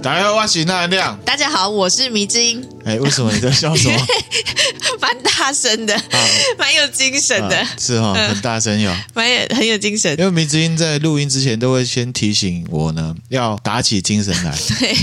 大家好，我是那亮。大家好，我是迷之音， 哎，为什么你在笑 什么？啊蛮大声的，蛮有精神的，啊是哈、嗯很大声 哟。蛮有很有精神。因为明之音在录音之前都会先提醒我呢，要打起精神 来，对，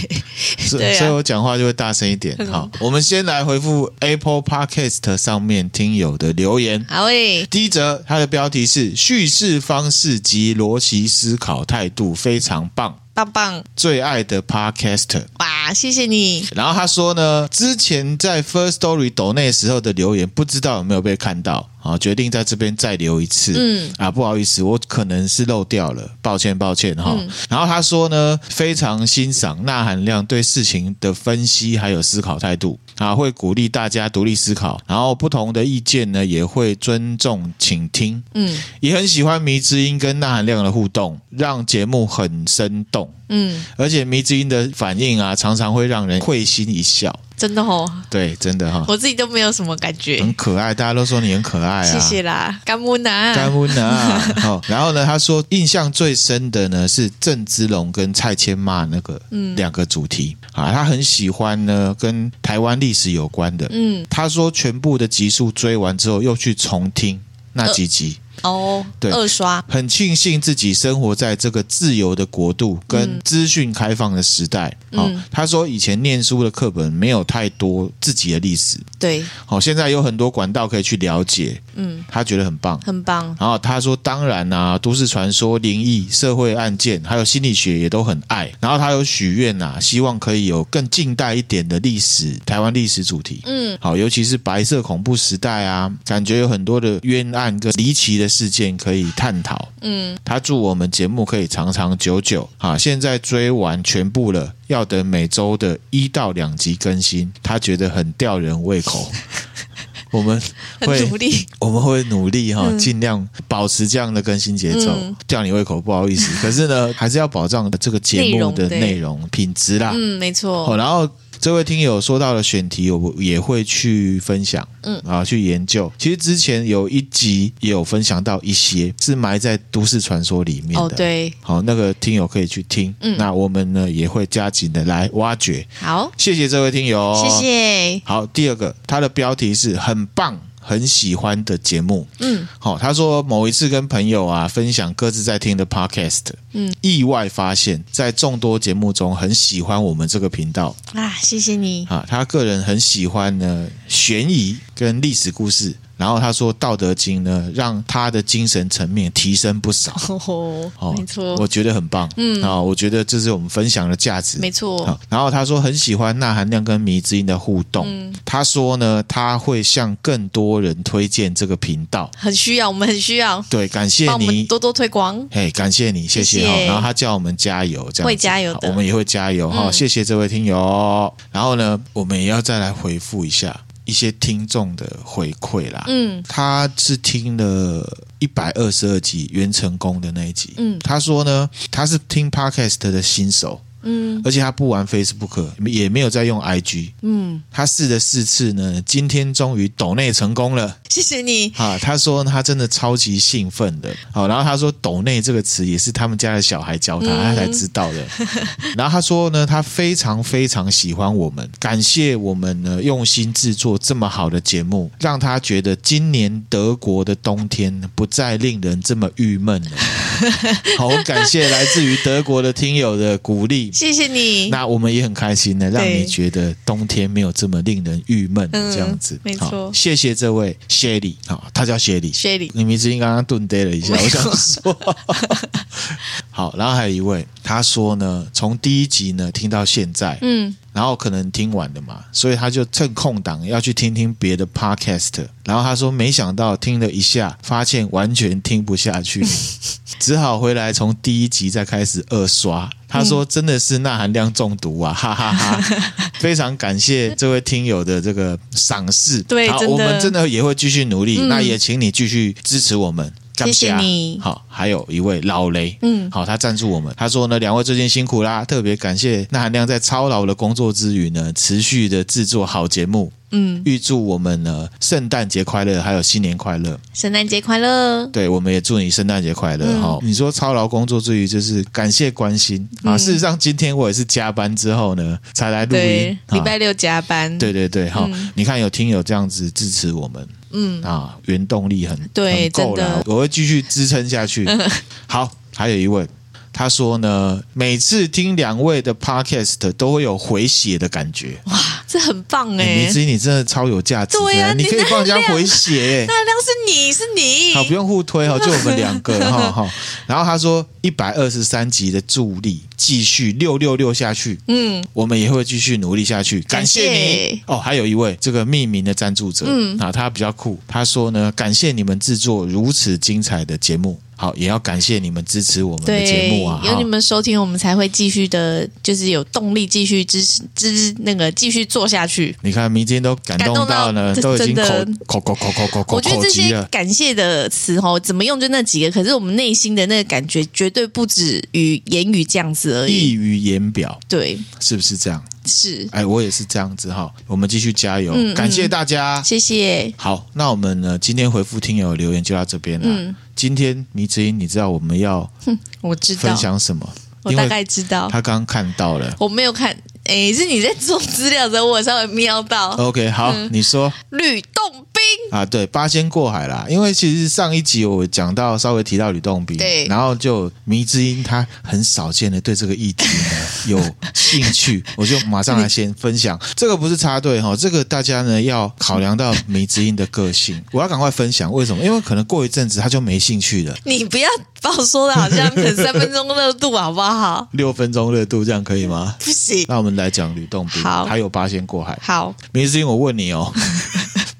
所以、对啊所以我讲话就会大声一点。嗯好，我们先来回复 Apple Podcast 上面听友的留言。 好诶，第一则，它的标题是“叙事方式及逻辑思考态度非常棒，棒棒最爱的 Podcaster”。哇，谢谢你。然后他说呢，之前在 First Story 抖内时候的留言，不知道有没有被看到，好，决定在这边再留一次。嗯，啊，不好意思，我可能是漏掉了，抱歉，抱歉哈。嗯然后他说呢，非常欣赏钠含量对事情的分析还有思考态度啊，会鼓励大家独立思考，然后不同的意见呢也会尊重倾听。嗯也很喜欢迷之音跟钠含量的互动，让节目很生动。嗯，而且迷之音的反应啊，常常会让人会心一笑。真的哦，对，真的哈、我自己都没有什么感觉。很可爱，大家都说你很可爱啊。谢谢啦，干木男，干温啊， 哦，然后呢，他说印象最深的呢是郑芝龙跟蔡千骂那个嗯两个主题、啊，他很喜欢呢跟台湾历史有关的。嗯他说全部的集数追完之后，又去重听那几集，哦，对二刷，很庆幸自己生活在这个自由的国度跟资讯开放的时代。哦嗯，他说以前念书的课本没有太多自己的历史，对，好、现在有很多管道可以去了解，嗯，他觉得很棒。很棒，然后他说：“当然啊，都市传说、灵异、社会案件，还有心理学也都很爱。然后他有许愿呐、希望可以有更近代一点的历史，台湾历史主题。嗯，好，尤其是白色恐怖时代啊，感觉有很多的冤案跟离奇的事件可以探讨。嗯，他祝我们节目可以长长久久啊！现在追完全部了，要等每周的一到两集更新。他觉得很吊人胃 口。我们很会努力，我们会努力哈、尽量保持这样的更新节奏，嗯吊你胃口，不好意 思。可是呢，还是要保障这个节目的内容对内容品质啦。嗯，没哦，错，然后这位听友说到的选题，我也会去分享，嗯啊，去研究。其实之前有一集也有分享到一些是埋在都市传说里面的。哦，对，好，那个听友可以去听。嗯那我们呢也会加紧的来挖掘。好，谢谢这位听友，谢谢，好，第二个，他的标题是很棒。很喜欢的节目，嗯好、他说某一次跟朋友啊分享各自在听的 podcast，嗯，意外发现，在众多节目中很喜欢我们这个频道啊，谢谢你， 啊，他个人很喜欢呢悬疑跟历史故事，然后他说《道德经》呢让他的精神层面提升不少，哦，没错我，觉得很棒，嗯啊、我觉得这是我们分享的价值，没错好，，然后他说很喜欢钠含量跟迷之音的互动。嗯他说呢，他会向更多人推荐这个频道。很需要，我们很需要，对，感谢帮我们你，多多推广。哎，感谢你，谢谢哈。谢然后他叫我们加油，这样子会加油的嗯好我们也会加油哈。谢谢这位听友。然后呢，我们也要再来回复一下一些听众的回馈啦。嗯他是听了一百二十二集袁成功的那一集，嗯他说呢，他是听 podcast 的新手，嗯而且他不玩 Facebook，也没有在用 IG。嗯，他试了四次呢，今天终于抖内成功了谢谢你。啊！他说他真的超级兴奋的，好，然后他说“抖内”这个词也是他们家的小孩教他，他才知道的。 然后他说呢，他非常非常喜欢我们，感谢我们呢用心制作这么好的节目，让他觉得今年德国的冬天不再令人这么郁闷了。好，我感谢来自于德国的听友的鼓励，谢谢你，那我们也很开心呢，让对你觉得冬天没有这么令人郁闷嗯这样子。没好错谢谢这位谢里，好，他叫谢里。谢里，你名字刚刚顿呆了一下，没有我想 说，好，然后还有一位，他说呢，从第一集呢听到现在，嗯，然后可能听完了嘛，所以他就趁空档要去听听别的 podcast。然后他说，没想到听了一下，发现完全听不下去， 只好回来从第一集再开始二刷。他说：“嗯真的是钠含量中毒啊，哈哈 哈非常感谢这位听友的这个赏识，对好，真的我们真的也会继续努力。嗯那也请你继续支持我们，感谢你好，还有一位老雷，嗯好，他赞助我们，他说呢，两位最近辛苦啦，特别感谢那含量在操劳的工作之余呢，持续的制作好节目。嗯，预祝我们呢圣诞节快乐，还有新年快乐。圣诞节快乐！对，我们也祝你圣诞节快嗯乐哈、你说操劳工作之余，就是感谢关心嗯啊。事实上，今天我也是加班之后呢，才来录音对，。礼啊拜六嗯加班，对对对，哈、你看有听友这样子支持我们，嗯啊，原动力很对很够真了的，我会继续支撑下 去。好，还有一位。他说呢，每次听两位的 podcast 都会有回血的感觉。这很棒哎、哎迷，之音你真的超有价值的，对啊你可以你帮人家那回血、哎那量是你是你，好，不用互推哈，就我们两个哈哈。然后他说一百二十三集的助力，继续六六六下去，嗯，我们也会继续努力下去。感谢感你谢哦，还有一位这个匿名的赞助者，嗯啊，他比较酷，他说呢，感谢你们制作如此精彩的节目。好，也要感谢你们支持我们的节对目啊！，有哈你们收听，我们才会继续的，就是有动力继续支持支那个继续做下去。你看，明天都感感动动到到呢，这都已经真口口口的口口口口我觉得口啊这急些了。感谢的词哦，怎么用就那几个，可是我们内心的那个感觉绝对不止于言语这样子而已。溢于言表，对，是不是这样？是，哎，我也是这样子哈。我们继续加油，嗯感谢大家。谢谢。好，那我们呢，今天回复听友的留言就到这边了。嗯今天迷之音，你知道我们要我知分道，享什么？我因大为概知道，他刚刚看到了。我没有看。诶，是你在做资料的时候，我稍微瞄到、 OK，好，嗯你说吕洞宾，啊，对，八仙过海啦，因为其实上一集我讲到稍微提到吕洞宾，对然后就迷之音他很少见的对这个议题 呢有兴趣，我就马上来先分享，这个不是插队哈、这个大家呢要考量到迷之音的个性，我要赶快分享，为什么？因为可能过一阵子他就没兴趣了。你不要把我说的好像很 三分钟热度，好不好？六分钟热度，这样可以吗？不行，那我们来讲吕洞宾，好还有八仙过海。好，明志英，我问你 哦，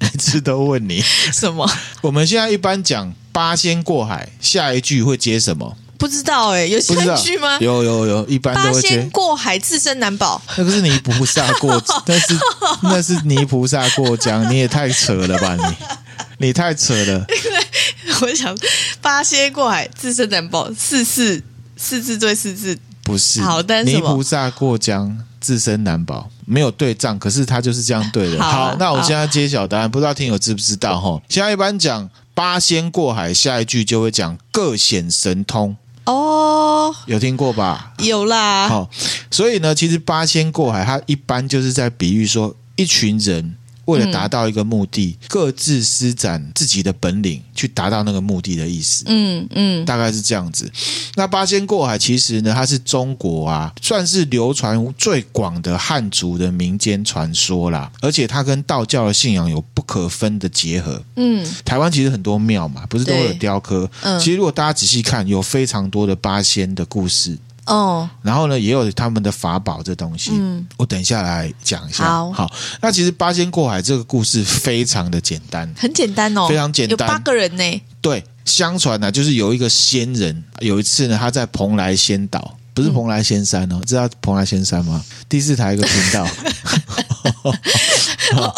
每次都问你，什么？我们现在一般讲八仙过海，下一句会接什么？ 不知道哎、有不知兴道趣吗？有有有，一般八都会仙接。过海，自身难保。 那个是泥菩萨过， 那是那是泥菩萨过江，你也太扯了吧你，你太扯了。我想，八仙过海，自身难保，四字四字对四字，不是，好但是泥什么菩萨过江，自身难保，没有对仗，可是他就是这样对的。好啊那我现在揭晓答案，不知道听友知不知道哈？现在一般讲八仙过海，下一句就会讲各显神通，哦，有听过吧？有啦，好、所以呢，其实八仙过海，它一般就是在比喻说一群人。为嗯了达到一个目的，各自施展自己的本领，去达到那个目的的意思。嗯嗯，大概是这样子。那八仙过海其实呢，它是中国啊，算是流传最广的汉族的民间传说啦，而且它跟道教的信仰有不可分的结合。嗯，台湾其实很多庙嘛，不是都会有对雕刻？嗯其实如果大家仔细看，有非常多的八仙的故事。哦，然后呢，也有他们的法宝这东西，嗯我等一下来讲一下。好那其实八仙过海这个故事非常的简单，很简单哦，非常简单有八个人呢，对，相传呢、就是有一个仙人，有一次呢，他在蓬莱仙岛，不嗯是蓬莱仙山哦，知道蓬莱仙山吗？第四台一个频道。 哦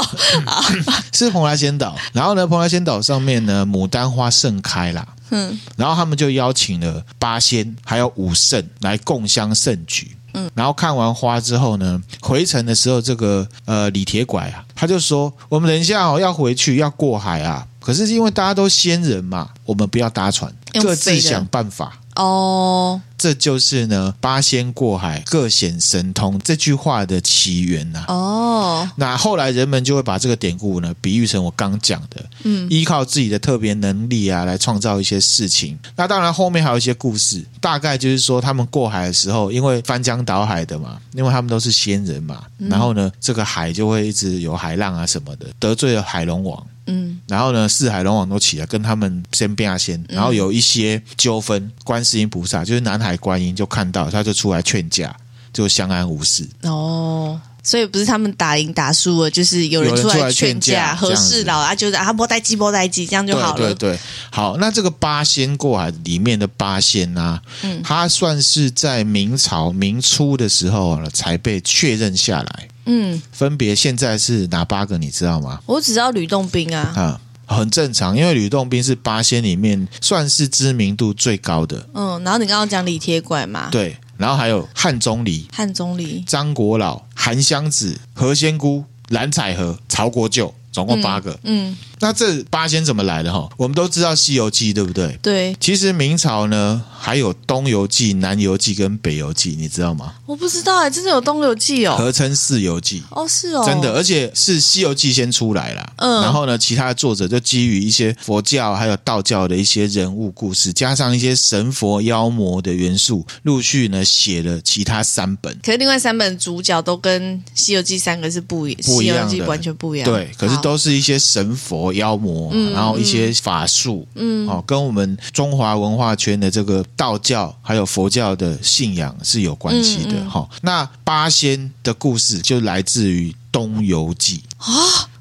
是蓬莱仙岛，然后呢，蓬莱仙岛上面呢，牡丹花盛开啦，嗯然后他们就邀请了八仙还有武圣来共襄盛举。嗯，然后看完花之后呢，回程的时候，这个呃李铁拐啊，他就说：“我们等一下哦，要回去，要过海啊。可是因为大家都仙人嘛，我们不要搭船，用各自飞的想办法。哦，”这就是呢“八仙过海，各显神通”这句话的起源啊呐、哦，那后来人们就会把这个典故呢，比喻成我刚讲的，嗯，依靠自己的特别能力啊，来创造一些事情。那当然后面还有一些故事，大概就是说他们过海的时候，因为翻江倒海的嘛，因为他们都是仙人嘛，然后呢，这个海就会一直有海浪啊什么的，得罪了海龙王。嗯然后呢，四海龙王都起来跟他们先变啊先，然后有一些纠纷，观世音菩萨就是南海观音就看到，他就出来劝架，就相安无事。哦。所以不是他们打赢打输了，就是有人有人出出来来劝劝架架，和事佬啊，就是啊，波代鸡波代鸡，这样就好了。对对对，好，那这个八仙过海里面的八仙啊，嗯它算是在明朝明初的时候啊才被确认下来，嗯，分别现在是哪八个，你知道吗？我只知道吕洞宾啊，啊。很正常，因为吕洞宾是八仙里面算是知名度最高的，嗯，然后你刚刚讲李铁拐嘛，对。然后还有汉钟离、汉钟离，张国老、韩湘子、何仙姑、蓝采和、曹国舅，总共八个。嗯，那这八仙怎么来的哈？我们都知道《西游记》，对不对？对，其实明朝呢，还有东游记、南游记跟北游记，你知道吗？我不知道哎、真的有东流记 哦，合称四游记。哦是哦，真的，，而且是《西游记》先出来啦。嗯然后呢，其他的作者就基于一些佛教还有道教的一些人物故事，加上一些神佛妖魔的元素，陆续呢写了其他三本。可是另外三本主角都跟《西游记》三个是不一，不一样的西游记》完全不一样，对，可是好嗯都是一些神佛妖魔，然后一些法术，嗯，哦，跟我们中华文化圈的这个道教还有佛教的信仰是有关系嗯的。哈、那八仙的故事就来自于《东游记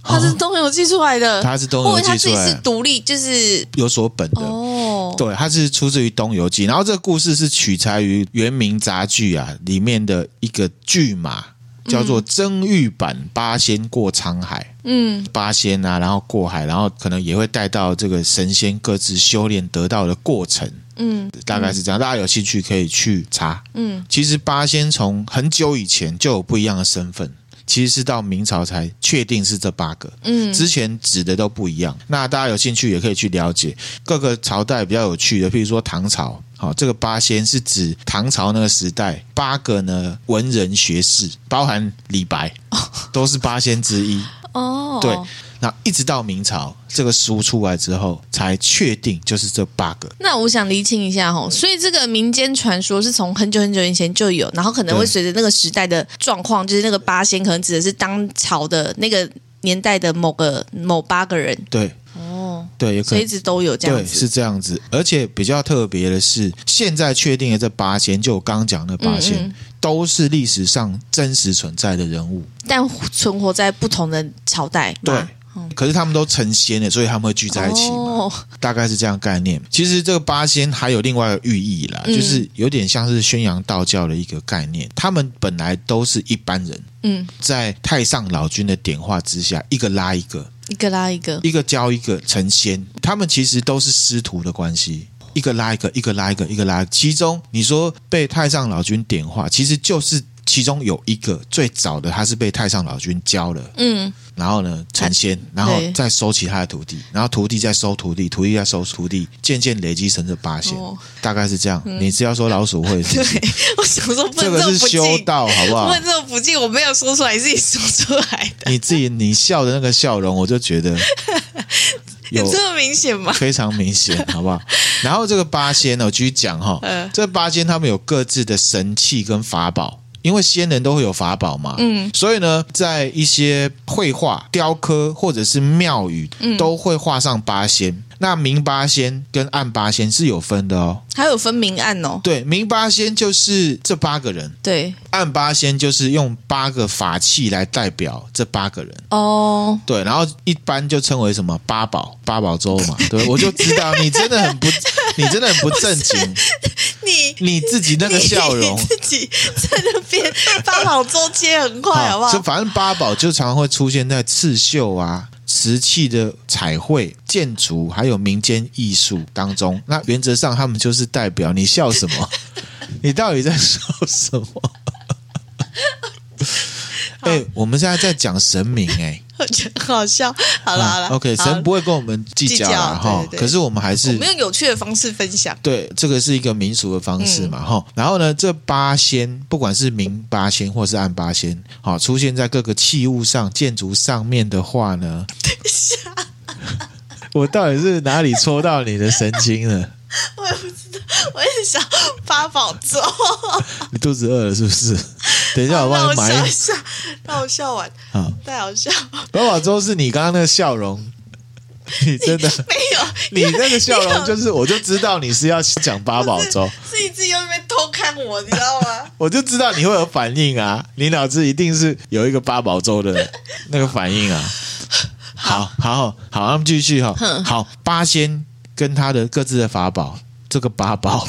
他是东游记出来》，的，哦它是《东我游以为记他》自出己来是的独立，就是有所本的。哦，对，它是出自于《东游记》，然后这个故事是取材于原名杂剧啊里面的一个剧码，叫做《曾玉版八仙过沧海》。嗯八仙啊，然后过海，然后可能也会带到这个神仙各自修炼得到的过程，嗯大概是这样。大家有兴趣可以去查。嗯，其实八仙从很久以前就有不一样的身份，其实是到明朝才确定是这八个。嗯之前指的都不一样。那大家有兴趣也可以去了解各个朝代比较有趣的，譬如说唐朝，好、这个八仙是指唐朝那个时代八个呢文人学士，包含李白，都是八仙之一。哦，对，那一直到明朝这个书出来之后，才确定就是这八个。那我想厘清一下嗯吼，所以这个民间传说是从很久很久以前就有，然后可能对会随着那个时代的状况，就是那个八仙可能指的是当朝的那个年代的某个某八个人对哦，对，也可所以能一直都有这样对，子。是这样子。而且比较特别的是，现在确定的这八仙，就我刚刚讲的八仙，嗯嗯都是历史上真实存在的人物。但存活在不同的朝代嘛，对，可是他们都成仙了，所以他们会聚在一起嘛，哦，大概是这样概念。其实这个八仙还有另外的寓意啦，嗯就是有点像是宣扬道教的一个概念。他们本来都是一般人，嗯，在太上老君的点化之下，一个拉一个，一个拉一个，一个教一个成仙，他们其实都是师徒的关系。一个拉一个，一个拉一个，一个拉一个。其中你说被太上老君点化，其实就是其中有一个最早的，他是被太上老君教了，嗯， 然后呢成哎仙，然后再收其他的徒弟，然后徒弟再收徒弟，徒弟再收徒弟，渐渐累积成这八仙，哦大概是这样。你是要说老鼠会是不 对是？，我想说 不这能个么是不修敬，道，好不不好？能这么不敬，我没有说出来，你自己说出来的，你自己你笑的那个笑容，我就觉 得有有这么明显吗？ 非常明显，好不好？然后这个八仙呢，我继续讲哈、嗯这八仙他们有各自的神器跟法宝。因为仙人都会有法宝嘛，嗯，所以呢，在一些绘画、雕刻或者是庙宇，都会画上八仙。那明八仙跟暗八仙是有分的哦。还有分明暗哦，对，明八仙就是这八个人，对，暗八仙就是用八个法器来代表这八个人。哦，对，然后一般就称为什么八宝八宝粥 嘛，对我就知道你真的很不，你真的很不正经，你你自己那个笑容你， 自己在那边发老周接很快，好不这好？反正八宝就常常会出现在刺绣啊、瓷器的彩绘、建筑，还有民间艺术当中。那原则上，他们就是代表你笑什 么，你到底在笑什么？哎、我们现在在讲神明哎、我觉得很好笑。好了好了 o k 好神不会跟我们计较啦计较哈对，对对可是我们还我是们用有趣的方式分享。对，这个是一个民俗的方式嘛，哈、然后呢，这八仙不管是明八仙或是暗八仙，好、出现在各个器物上、建筑上面的话呢，我到底是哪里戳到你的神经了？我也不知道，我也想发宝粥。你肚子饿了是不 是？ 等一下我帮让我你买笑一一下，让我笑完，好， 太好笑。八宝粥是你刚刚那个笑容，你真的，没有，你那个笑容就是，我就知道你是要讲八宝粥。是你自己在那边偷看我，你知道吗？我就知道你会有反应啊，你脑子一定是有一个八宝粥 的那个反应啊。好好好，那么继续哈、好，八仙跟他的各自的法宝，这个八 宝，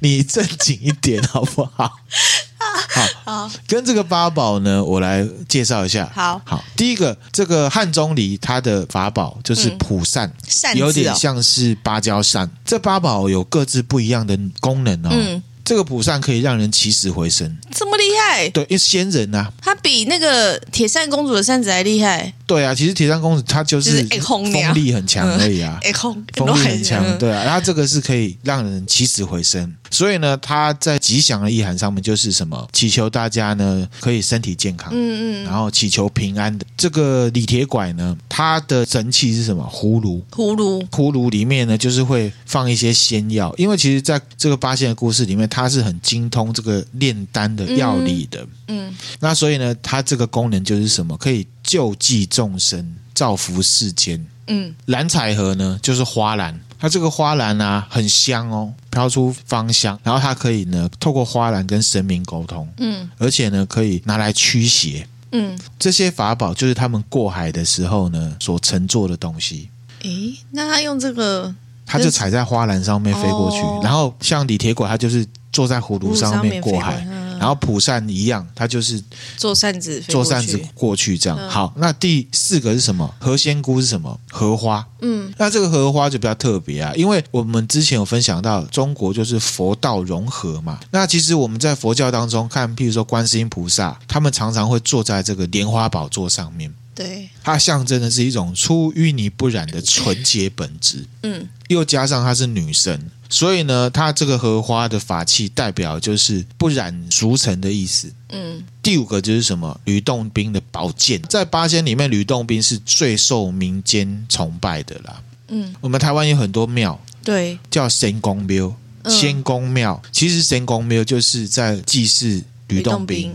你正经一点好不好？啊好，跟这个八宝呢，我来介绍一下。好好，第一个，这个汉钟离他的法宝就是嗯蒲扇，扇子哦有点像是芭蕉扇。这八宝有各自不一样的功能哦。嗯这个蒲扇可以让人起死回生，这么厉害，对，因为仙人呐、啊，它比那个铁扇公主的扇子还厉害，对啊，其实铁扇公主她就就是是会轰你啊风力很强而已啊， 哎空风力很强，，对啊，它这个是可以让人起死回生，所以呢，它在吉祥的意涵上面就是什么，祈求大家呢可以身体健康，嗯嗯，然后祈求平安的。这个李铁拐呢，它的神器是什么？葫芦。嗯葫芦，葫芦里面呢，就是会放一些仙药，因为其实在这个八仙的故事里面，它是很精通这个炼丹的药理的。嗯，那所以呢，它这个功能就是什么？可以救济众生，造福世间。嗯，蓝采和呢，就是花兰，它这个花兰啊很香哦，飘出芳香，然后它可以呢透过花兰跟神明沟通，嗯，而且呢可以拿来驱邪。嗯，这些法宝就是他们过海的时候呢所乘坐的东西。诶，那他用这个他就踩在花篮上面飞过去，哦然后像李铁拐，他就是坐在葫芦上面过葫芦海上面飞过来嗯，然后蒲扇一样，他就是做扇子，坐扇子，过去这样。嗯好，那第四个是什么？何仙姑是什么？荷花。嗯那这个荷花就比较特别啊，因为我们之前有分享到，中国就是佛道融合嘛。那其实我们在佛教当中看，譬如说观世音菩萨，他们常常会坐在这个莲花宝座上面，对，它象征的是一种出淤泥不染的纯洁本质。嗯又加上她是女神，所以呢，她这个荷花的法器代表就是不染俗尘的意思。嗯第五个就是什么？吕洞宾的宝剑，在八仙里面，吕洞宾是最受民间崇拜的啦。嗯，我们台湾有很多庙对，叫仙公庙，嗯仙公庙其实仙公庙就是在祭祀吕洞宾，，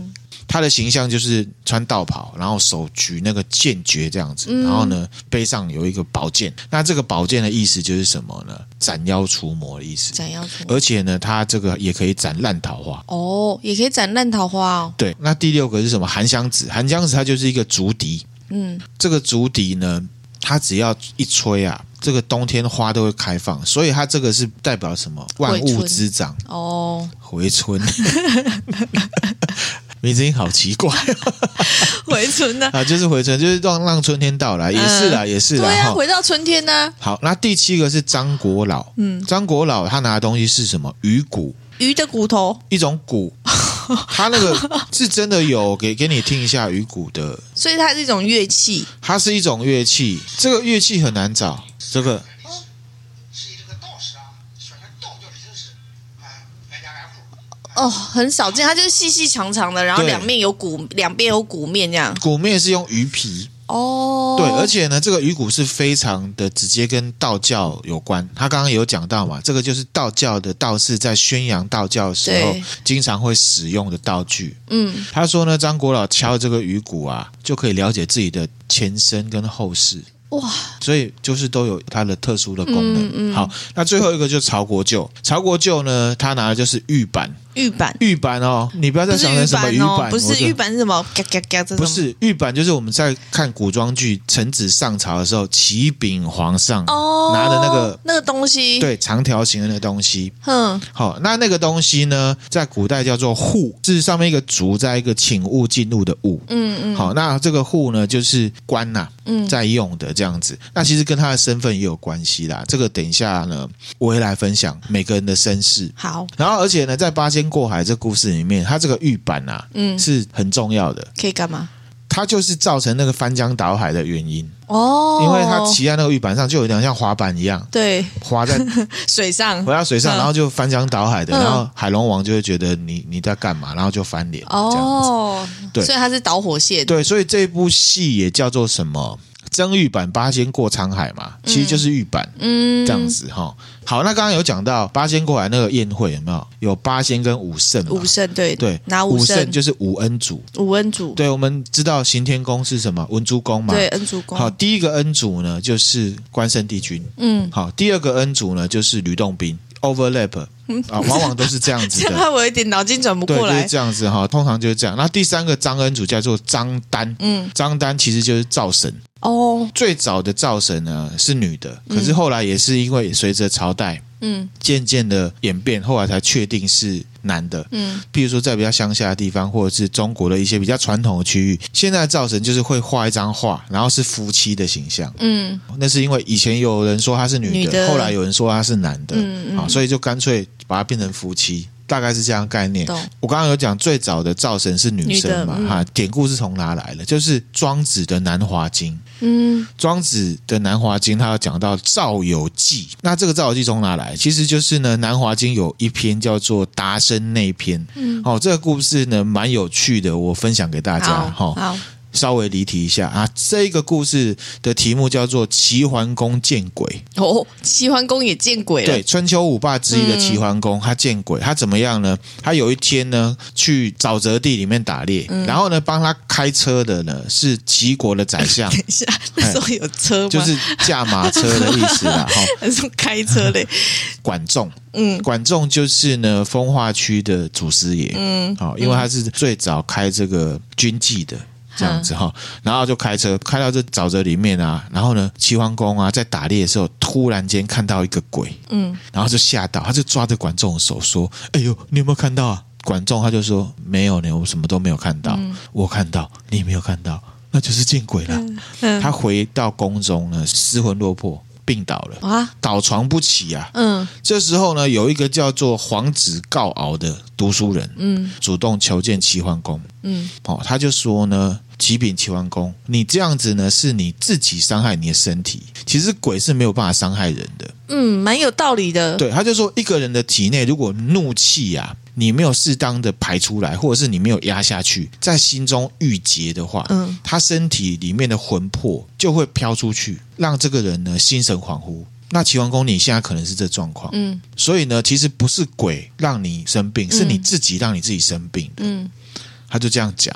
他的形象就是穿道袍，然后手举那个剑诀这样子，嗯然后呢背上有一个宝剑。那这个宝剑的意思就是什么呢？斩妖除魔的意思。斩妖除魔而且呢，它这个也可以斩烂桃花。哦，也可以斩烂桃花哦，对，那第六个是什么？寒香子，寒香子它就是一个竹笛。嗯这个竹笛呢，它只要一吹啊，这个冬天花都会开放，所以它这个是代表什么？万回物春之长，哦，回 春。 名字音好奇怪。回春呢？ 啊，就是回春，就是让让春天到来，也是啦，也是嗯对啦。啊，哈。回到春天啊呢，好，那第七个是张国老，嗯，张国老他拿的东西是什么？鱼骨，鱼的骨头一种骨， 他那个是真的有给给你听一下鱼骨的，所以它是一种乐器，它是一种乐器，这个乐器很难找，这个哦，是这个道士啊，选了道教的知识，哎，挨家挨户。哦，很少见，它就是细细长长的，然后对两面有骨，两边有骨面这样。骨面是用鱼皮，哦，对，而且呢，这个鱼骨是非常的直接跟道教有关。他刚刚有讲到嘛，这个就是道教的道士在宣扬道教的时候对经常会使用的道具。嗯，他说呢，张国老敲这个鱼骨啊，就可以了解自己的前身跟后世，哇，所以就是都有它的特殊的功能。嗯嗯好，那最后一个就是曹国舅，曹国舅呢，他拿的就是玉板，玉板玉板哦，你不要再不是想成玉什么板鱼哦，板，不我是就玉板是什么？嘎嘎嘎，这是不什么是玉板，就是我们在看古装剧臣子上朝的时候，启禀皇上、哦，拿的那个那个东西，，对长条形的那个东西。哼，好，那那个东西呢，在古代叫做户，是上面一个竹，在一个请勿进入的勿。嗯嗯，好，那这个户呢，就是官呐、嗯在用的这样子。那其实跟他的身份也有关系啦。这个等一下呢，我会来分享每个人的身世。好，然后，而且呢，在八仙过海这故事里面，它这个玉板啊，嗯是很重要的。可以干嘛？它就是造成那个翻江倒海的原因，哦，因为它骑在那个玉板上，就有点像滑板一样，对滑在水上回到水上，嗯然后就翻江倒海的，嗯然后海龙王就会觉得你你在干嘛，然后就翻脸这样子。哦，对所以它是导火线，对，所以这部戏也叫做什么？真玉版八仙过沧海嘛，其实就是玉版、嗯，这样子哈。好，那刚刚有讲到八仙过海那个宴会有没有？有八仙跟武圣嘛，武圣对对，拿武圣就是武恩主。武恩主对，我们知道刑天宫是什么？文珠宫嘛。对恩主公，好，第一个恩主呢就是关圣帝君，嗯，好，第二个恩主呢就是吕洞宾，overlap 啊，往往都是这样子这样的，害我有点脑筋转不对，过就来是，这样子哈，通常就是这样。那第三个张恩主叫做张丹，嗯，张丹其实就是灶神，哦，最早的灶神呢是女的，可是后来也是因为随着朝代嗯渐渐的演变，后来才确定是男的。嗯，譬如说，在比较乡下的地方，或者是中国的一些比较传统的区域，现在的灶神就是会画一张画，然后是夫妻的形象。嗯，那是因为以前有人说他是女的，女的后来有人说他是男的，嗯嗯啊，所以就干脆把他变成夫妻。大概是这样的概念懂。我刚刚有讲，最早的灶神是女生嘛女的嗯，哈、典故是从哪来的？就是庄子的《南华经》。嗯，庄子的《南华经》，他要讲到《赵有记》，那这个《赵有记》从哪来？其实就是呢，《南华经》有一篇叫做《达生内篇》。嗯，哦，这个故事呢蛮有趣的，我分享给大家。哈、好，好，稍微离题一下啊，这个故事的题目叫做《齐桓公见鬼》。哦，齐桓公也见鬼了对，，春秋五霸之一的齐桓公，他见鬼，他怎么样呢？他有一天呢，去沼泽地里面打猎，然后呢，帮他开车的呢是齐国的宰 相，等一下， 那时候有车吗？哎就是驾马车的意思 啦，哈、那时候开 车嘞，管仲，嗯，管仲就是呢风化区的祖师爷，嗯，好、因为他是最早开这个军纪的。这样子哈，然后就开车开到这沼泽里面啊，然后呢，齐桓公啊在打猎的时候，突然间看到一个鬼，嗯，然后就吓到，他就抓着管仲的手说：“哎呦，你有没有看到啊？”管仲他就说：“没有呢，我什么都没有看到，我看到，你没有看到，那就是见鬼了。他回到宫中呢，失魂落魄，病倒了，哇，倒床不起啊，嗯，这时候呢，有一个叫做黄子告敖的读书人，嗯，主动求见齐桓公，嗯，哦，他就说呢，启禀齐桓公，你这样子呢，是你自己伤害你的身体，其实鬼是没有办法伤害人的，嗯，蛮有道理的，对，他就说一个人的体内如果怒气呀、你没有适当的排出来，或者是你没有压下去，在心中郁结的话，嗯，他身体里面的魂魄就会飘出去，让这个人呢心神恍惚。那齐桓公，你现在可能是这状况，嗯，所以呢，其实不是鬼让你生病，是你自己让你自己生病的。嗯，他就这样讲。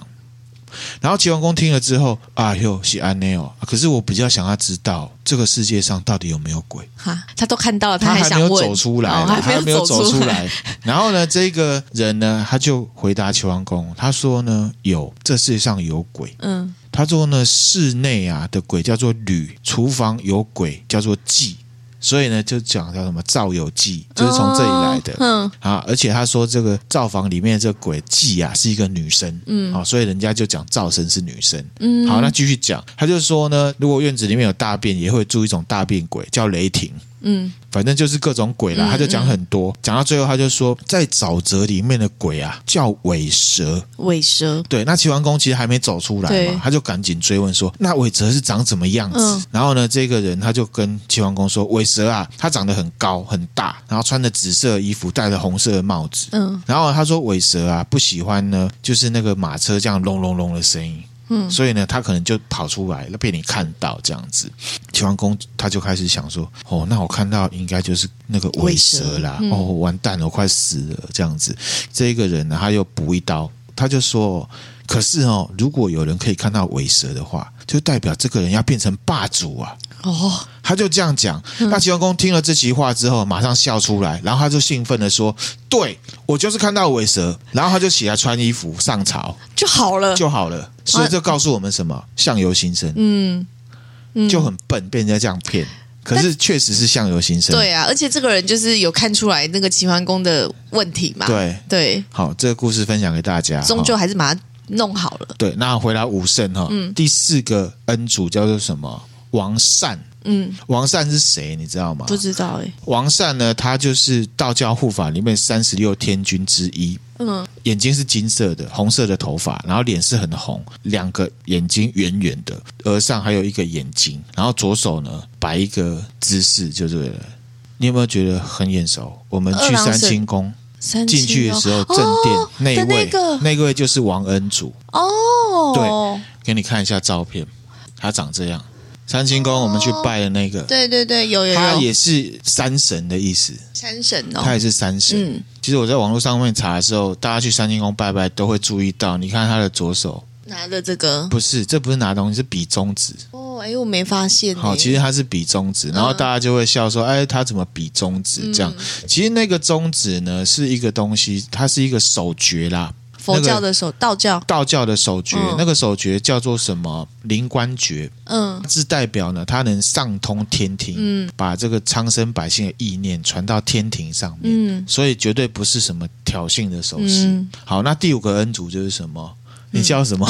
然后齐桓公听了之后，啊哟，是安内哦。可是我比较想要知道，这个世界上到底有没有鬼？哈，他都看到了，他还还想没有问，走出来，哦他还还没有有走出出，来。 然后呢，这个人呢，他就回答齐桓公，他说呢，有这世界上有鬼。嗯，他说呢，室内啊的鬼叫做吕，厨房有鬼叫做季，所以呢，就讲叫什么赵有季，就是从这里来的。哦啊，而且他说这个灶房里面这鬼季啊是一个女生，嗯，好、所以人家就讲灶神是女生，嗯，好，那继续讲，他就说呢，如果院子里面有大便，也会住一种大便鬼，叫雷霆，嗯反正就是各种鬼啦，他就讲很多，讲到最后他就说，在沼泽里面的鬼啊叫尾蛇，嗯，尾蛇，对，那齐桓公其实还没走出来对嘛，他就赶紧追问说：“那尾蛇是长什么样子？”嗯然后呢，这个人他就跟齐桓公说：“尾蛇啊，它长得很高很大，然后穿着紫色衣服，戴着红色的帽子。嗯然后他说尾蛇啊不喜欢呢，就是那个马车这样隆隆隆的声音。”嗯所以呢，他可能就跑出来了，被你看到这样子。齐桓公他就开始想说：“哦，那我看到应该就是那个尾蛇啦，尾蛇嗯哦，完蛋了，我快死了这样子。”这个人呢，他又补一刀，他就说：“可是哦，如果有人可以看到尾蛇的话，就代表这个人要变成霸主啊。”哦，他就这样讲。嗯那齐桓公听了这席话之后，马上笑出来，然后他就兴奋的说：“对我就是看到尾蛇。”然后他就起来穿衣服上朝就好了，就好了。所以这告诉我们什么？相由心生，呃嗯，就很笨，被人家这样骗。可是确实是相由心生，对啊，而且这个人就是有看出来那个齐桓公的问题嘛，对对，好，这个故事分享给大家。终哈究还是把它弄好了，对，那回答武圣哈，嗯第四个恩主叫做什么？王善。嗯，王善是谁？你知道吗？不知道哎，王善呢，他就是道教护法里面三十六天君之一。嗯，眼睛是金色的，红色的头发，然后脸是很红，两个眼睛圆圆的，额上还有一个眼睛，然后左手呢摆一个姿势就对了。你有没有觉得很眼熟？我们去二郎三神清宫三进去的时候，哦正殿、哦那一的位那个那一位就是王恩主。哦，给你看一下照片，他长这样。三清宫我们去拜的那个，对对对，有有他有，也是山神的意思，三神他哦，也是山神。嗯其实我在网络上面查的时候，大家去三清宫拜拜都会注意到，你看他的左手，拿了这个，不是，这不是拿东西，是比中指。哦，哎，我没发现欸，好，其实他是比中嗯指，然后大家就会笑说：“哎，他怎么比中指？”这样，其实那个中指呢是一个东西，它是一个手诀啦，佛那教个的手，道教，道教的手诀，嗯那个手诀叫做什么？灵官诀。嗯是代表呢，他能上通天庭，把这个苍生百姓的意念传到天庭上面，嗯所以绝对不是什么挑衅的手势。嗯，好，那第五个恩主就是什么？你叫什么？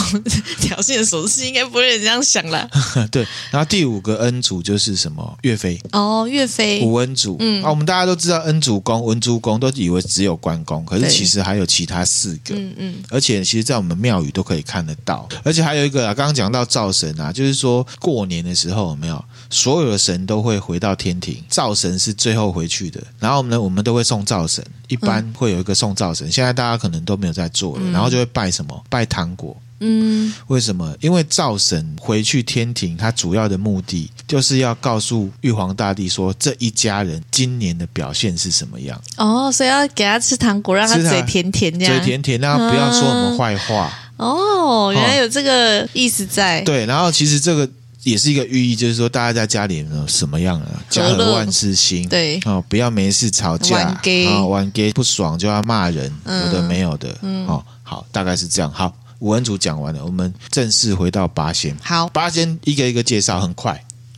挑衅的手势应该不会有人这样想啦。 对，然后第五个恩主就是什么岳飞。 哦，岳飞，五恩主，嗯啊，我们大家都知道恩主公、文殊公，都以为只有关公，可是对其实还有其他四个，嗯嗯，而且其实，在我们庙宇都可以看得到。而且还有一个啊，刚刚讲到灶神啊，就是说过年的时候有没有，所有的神都会回到天庭，灶神是最后回去的。然后呢，我们都会送灶神，一般嗯会有一个送灶神，现在大家可能都没有在做了，然后就会拜什么？拜糖果。嗯，为什么？因为灶神回去天庭，他主要的目的就是要告诉玉皇大帝说，这一家人今年的表现是什么样，哦，所以要给他吃糖果，让他吃糖嘴甜甜这样。嘴甜甜，让他不要说我们坏话。哦，原来有这个意思在。对，然后其实这个也是一个寓意，就是说大家在家里呢什么样啊，家和乐和万事兴。对哦，不要没事吵架，玩 gay 啊、玩 gay 不爽就要骂人，嗯有的没有的。哦，好，大概是这样。好，五文组讲完了，我们正式回到八仙。好，八仙一个一个介绍，很快，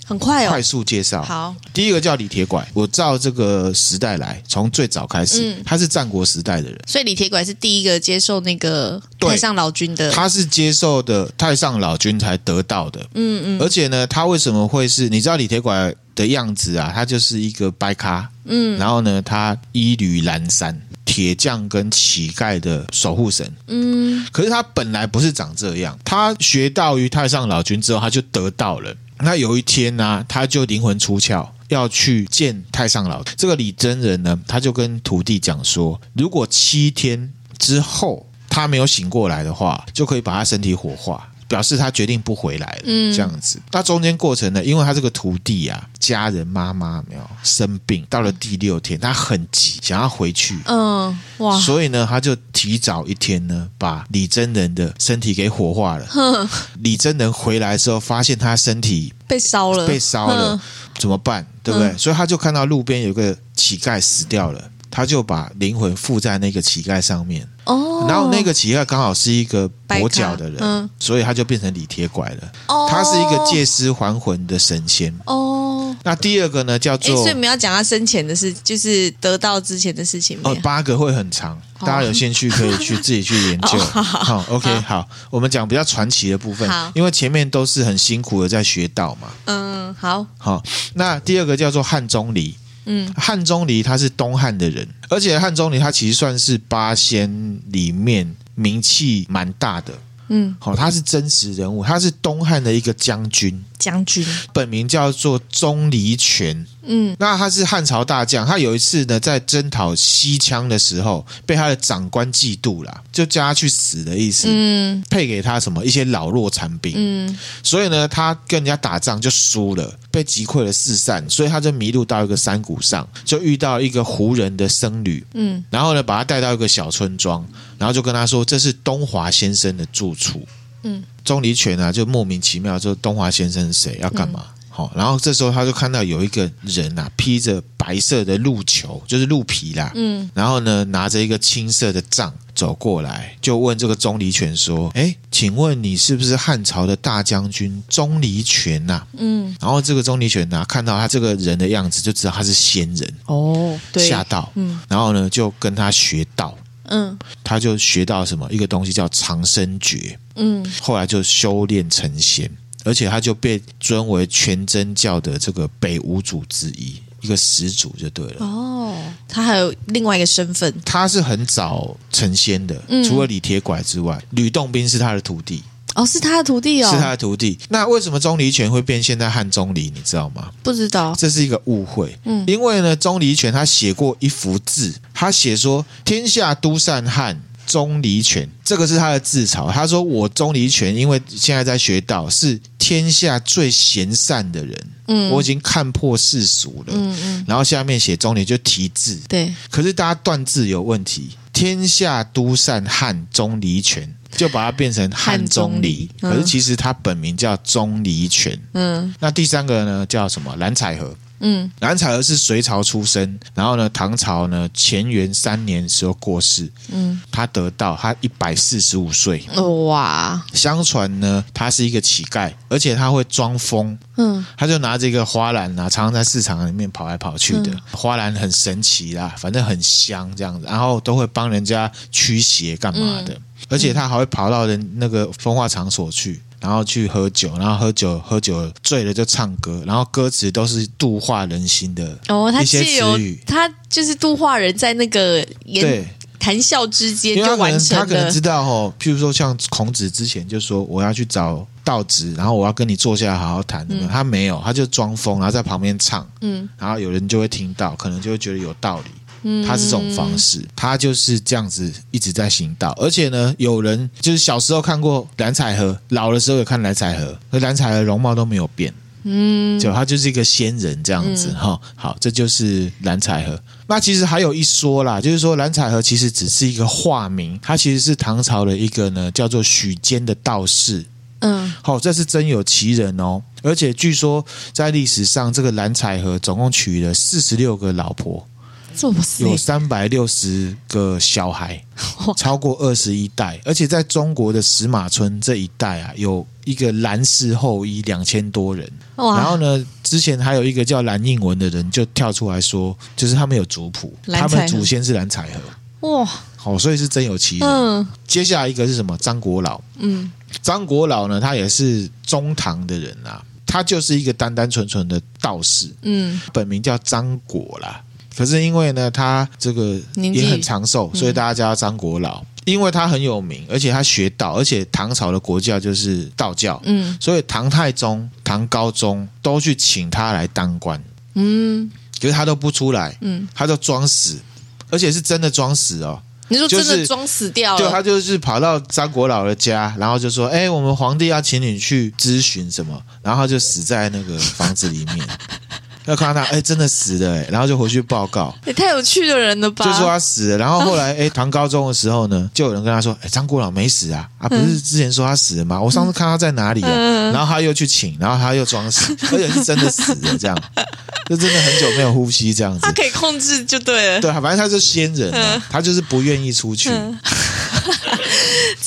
很快哦快。速介绍。好，第一个叫李铁拐，我照这个时代来，从最早开始，嗯他是战国时代的人，所以李铁拐是第一个接受那个对太上老君的。他是接受的太上老君才得到的。嗯嗯，而且呢，他为什么会是？你知道李铁拐的样子啊，他就是一个掰咖，嗯，然后呢，他衣履褴褛。铁匠跟乞丐的守护神，嗯，可是他本来不是长这样，他学到于太上老君之后，他就得到了。那有一天呢、他就灵魂出窍，要去见太上老君。这个李真人呢，他就跟徒弟讲说，如果七天之后他没有醒过来的话，就可以把他身体火化。表示他决定不回来了，这样子。那中间过程呢？因为他这个徒弟啊，家人妈妈有没有生病，到了第六天，他很急，想要回去，嗯，哇，所以呢，他就提早一天呢，把李真人的身体给火化了。李真人回来之后，发现他身体被烧了，被烧了，嗯怎么办？对不对？嗯所以他就看到路边有个乞丐死掉了，他就把灵魂附在那个乞丐上面。哦，然后那个乞丐刚好是一个白跛咖脚的人，嗯所以他就变成李铁拐了。哦他是一个借尸还魂的神仙。哦，那第二个呢，叫哎，做所以我们要讲他生前的事，就是得到之前的事情没哦有，？八个会很长，哦大家有兴趣可以去自己去研 究。好，OK，好，我们讲比较传奇的部分好，因为前面都是很辛苦的在学道嘛。嗯，好，好，那第二个叫做汉钟离，嗯，汉钟离他是东汉的人，而且汉钟离他其实算是八仙里面名气蛮大的。嗯，好，他是真实人物，他是东汉的一个将军，将军，本名叫做钟离权。嗯，那他是汉朝大将，他有一次呢，在征讨西羌的时候，被他的长官嫉妒啦，就叫他去死的意思，嗯配给他什么一些老弱残兵。嗯，所以呢，他跟人家打仗就输了，被击溃了四散，所以他就迷路到一个山谷上，就遇到一个胡人的僧侣，嗯，然后呢，把他带到一个小村庄，然后就跟他说这是东华先生的住处，嗯，钟离权啊就莫名其妙就东华先生是谁要干嗯嘛？好、然后这时候他就看到有一个人啊，披着白色的鹿裘，就是鹿皮啦，嗯，然后呢，拿着一个青色的杖走过来，就问这个钟离权说：“哎，请问你是不是汉朝的大将军钟离权呐、嗯，然后这个钟离权呐、啊看到他这个人的样子，就知道他是仙人，哦，对，吓到，嗯然后呢，就跟他学道，嗯他就学到什么一个东西叫长生诀，嗯，后来就修炼成仙，而且他就被尊为全真教的这个北五祖之一，一个始祖就对了。哦，他还有另外一个身份，他是很早成仙的，嗯除了李铁拐之外，吕洞宾是他的徒弟，哦，是他的徒弟哦，是他的徒弟。那为什么钟离权会变现在汉钟离？你知道吗？不知道，这是一个误会。嗯因为呢，钟离权他写过一幅字，他写说“天下都善汉”。钟离权，这个是他的自嘲。他说：“我钟离权，因为现在在学道，是天下最贤善的人。嗯我已经看破世俗了。嗯嗯，然后下面写钟离就题字，对，可是大家断字有问题，“天下都善汉钟离权”就把它变成汉钟离，汉钟离嗯可是其实他本名叫钟离权。嗯那第三个呢，叫什么？蓝采和，嗯，蓝采儿是隋朝出生，然后呢，唐朝呢乾元三年时候过世，嗯，他得到他一百四十五岁。哇，相传呢，他是一个乞丐，而且他会装疯，嗯他就拿这个花篮啊，常常在市场里面跑来跑去的。嗯花篮很神奇啦，反正很香这样子，然后都会帮人家驱邪干嘛嗯的，而且他还会跑到人那个风化场所去。然后去喝酒，然后喝酒喝酒了醉了就唱歌，然后歌词都是度化人心的哦，他一些借由词语。他就是度化人在那个言对，谈笑之间因为就他可完能他成可能了知，道哦，譬如说像孔子之前就说我要去找道子，然后我要跟你坐下来好好谈，有没有？他没有，他就装疯，然后在旁边唱，嗯然后有人就会听到，可能就会觉得有道理。他是这种方式，他就是这样子一直在行道，而且呢，有人就是小时候看过蓝采和，老的时候有看蓝采和，而蓝采和容貌都没有变，嗯就他就是一个仙人这样子哈、好，这就是蓝采和。那其实还有一说啦，就是说蓝采和其实只是一个化名，他其实是唐朝的一个呢叫做许坚的道士。嗯好、这是真有其人哦。而且据说在历史上，这个蓝采和总共娶了四十六个老婆，这么死有三百六十个小孩，超过二十一代。而且在中国的石马村这一带啊，有一个蓝氏后裔两千多人。然后哇，呢，之前还有一个叫蓝应文的人就跳出来说，就是他们有族谱，蓝他采和们祖先是蓝采和，哇，好、所以是真有其人。嗯接下来一个是什么？张国老，嗯张国老呢，他也是中唐的人啊，他就是一个单单纯纯的道士，嗯本名叫张果啦。可是因为呢，他这个年纪嗯也很长寿，所以大家叫他张国老。因为他很有名，而且他学道，而且唐朝的国教就是道教，嗯所以唐太宗、唐高宗都去请他来当官，嗯可是他都不出来，嗯，他就装死，而且是真的装死哦。你说真就的是装死掉对，了，他就是跑到张国老的家，然后就说：“哎，我们皇帝要请你去咨询什么。”然后他就死在那个房子里面。 要看到他，哎，真的死了，哎，然后就回去报告，也太有趣的人了吧？就说他死了。然后后来，哎，唐高宗的时候呢，就有人跟他说：“哎，张国老没死啊，啊，不是之前说他死了吗？我上次看他在哪里啊？”嗯然后他又去请，然后他又装 死，而且是真的死了，这样，就真的很久没有呼吸这样子 他。可以控制就对了，对，反正他是仙人、嗯啊，他就是不愿意出去，这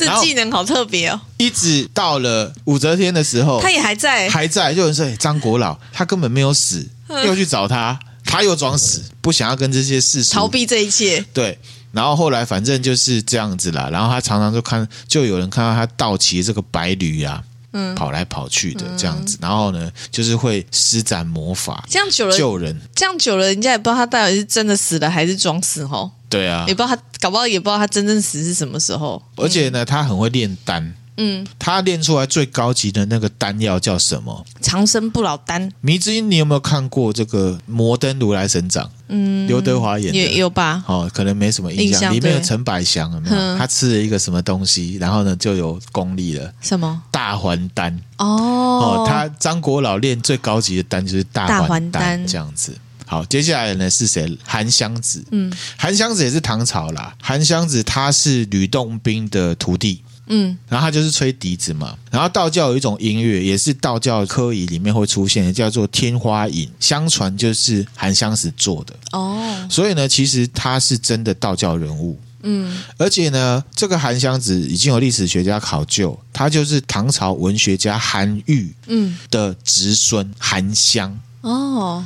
然后技能好特别哦。一直到了武则天的时候，他也嗯还在，还在。就有人说：“哎、张国老他根本没有死，又去找他，他又装死，不想要跟这些世俗逃避这一切。对。然后后来反正就是这样子啦。然后他常常就看，就有人看到他倒骑这个白驴啊，嗯跑来跑去的这样子。然后呢，就是会施展魔法这样久了，救人。这样久了，人家也不知道他到底是真的死了还是装死哦，对啊也，不知道他，搞不好也不知道他真正死是什么时候。而且呢，他很会炼丹。嗯，他炼出来最高级的那个丹药叫什么？长生不老丹迷之音，你有没有看过这个《摩登如来神掌》？嗯，刘德华演的。也有吧？哦，可能没什么印印象。象里面有对陈百祥，有没有？嗯他吃了一个什么东西，然后呢就有功力了。什么？大还丹哦哦，他张国老练最高级的丹就是大大还还丹丹这样子。好，接下来呢是谁？韩湘子，嗯韩湘子也是唐朝啦。韩湘子他是吕洞宾的徒弟，嗯然后他就是吹笛子嘛。然后道教有一种音乐，也是道教科仪里面会出现的，叫做天花引，相传就是韩湘子做的。哦所以呢，其实他是真的道教人物。嗯而且呢，这个韩湘子已经有历史学家考究，他就是唐朝文学家韩愈嗯的侄孙韩湘，哦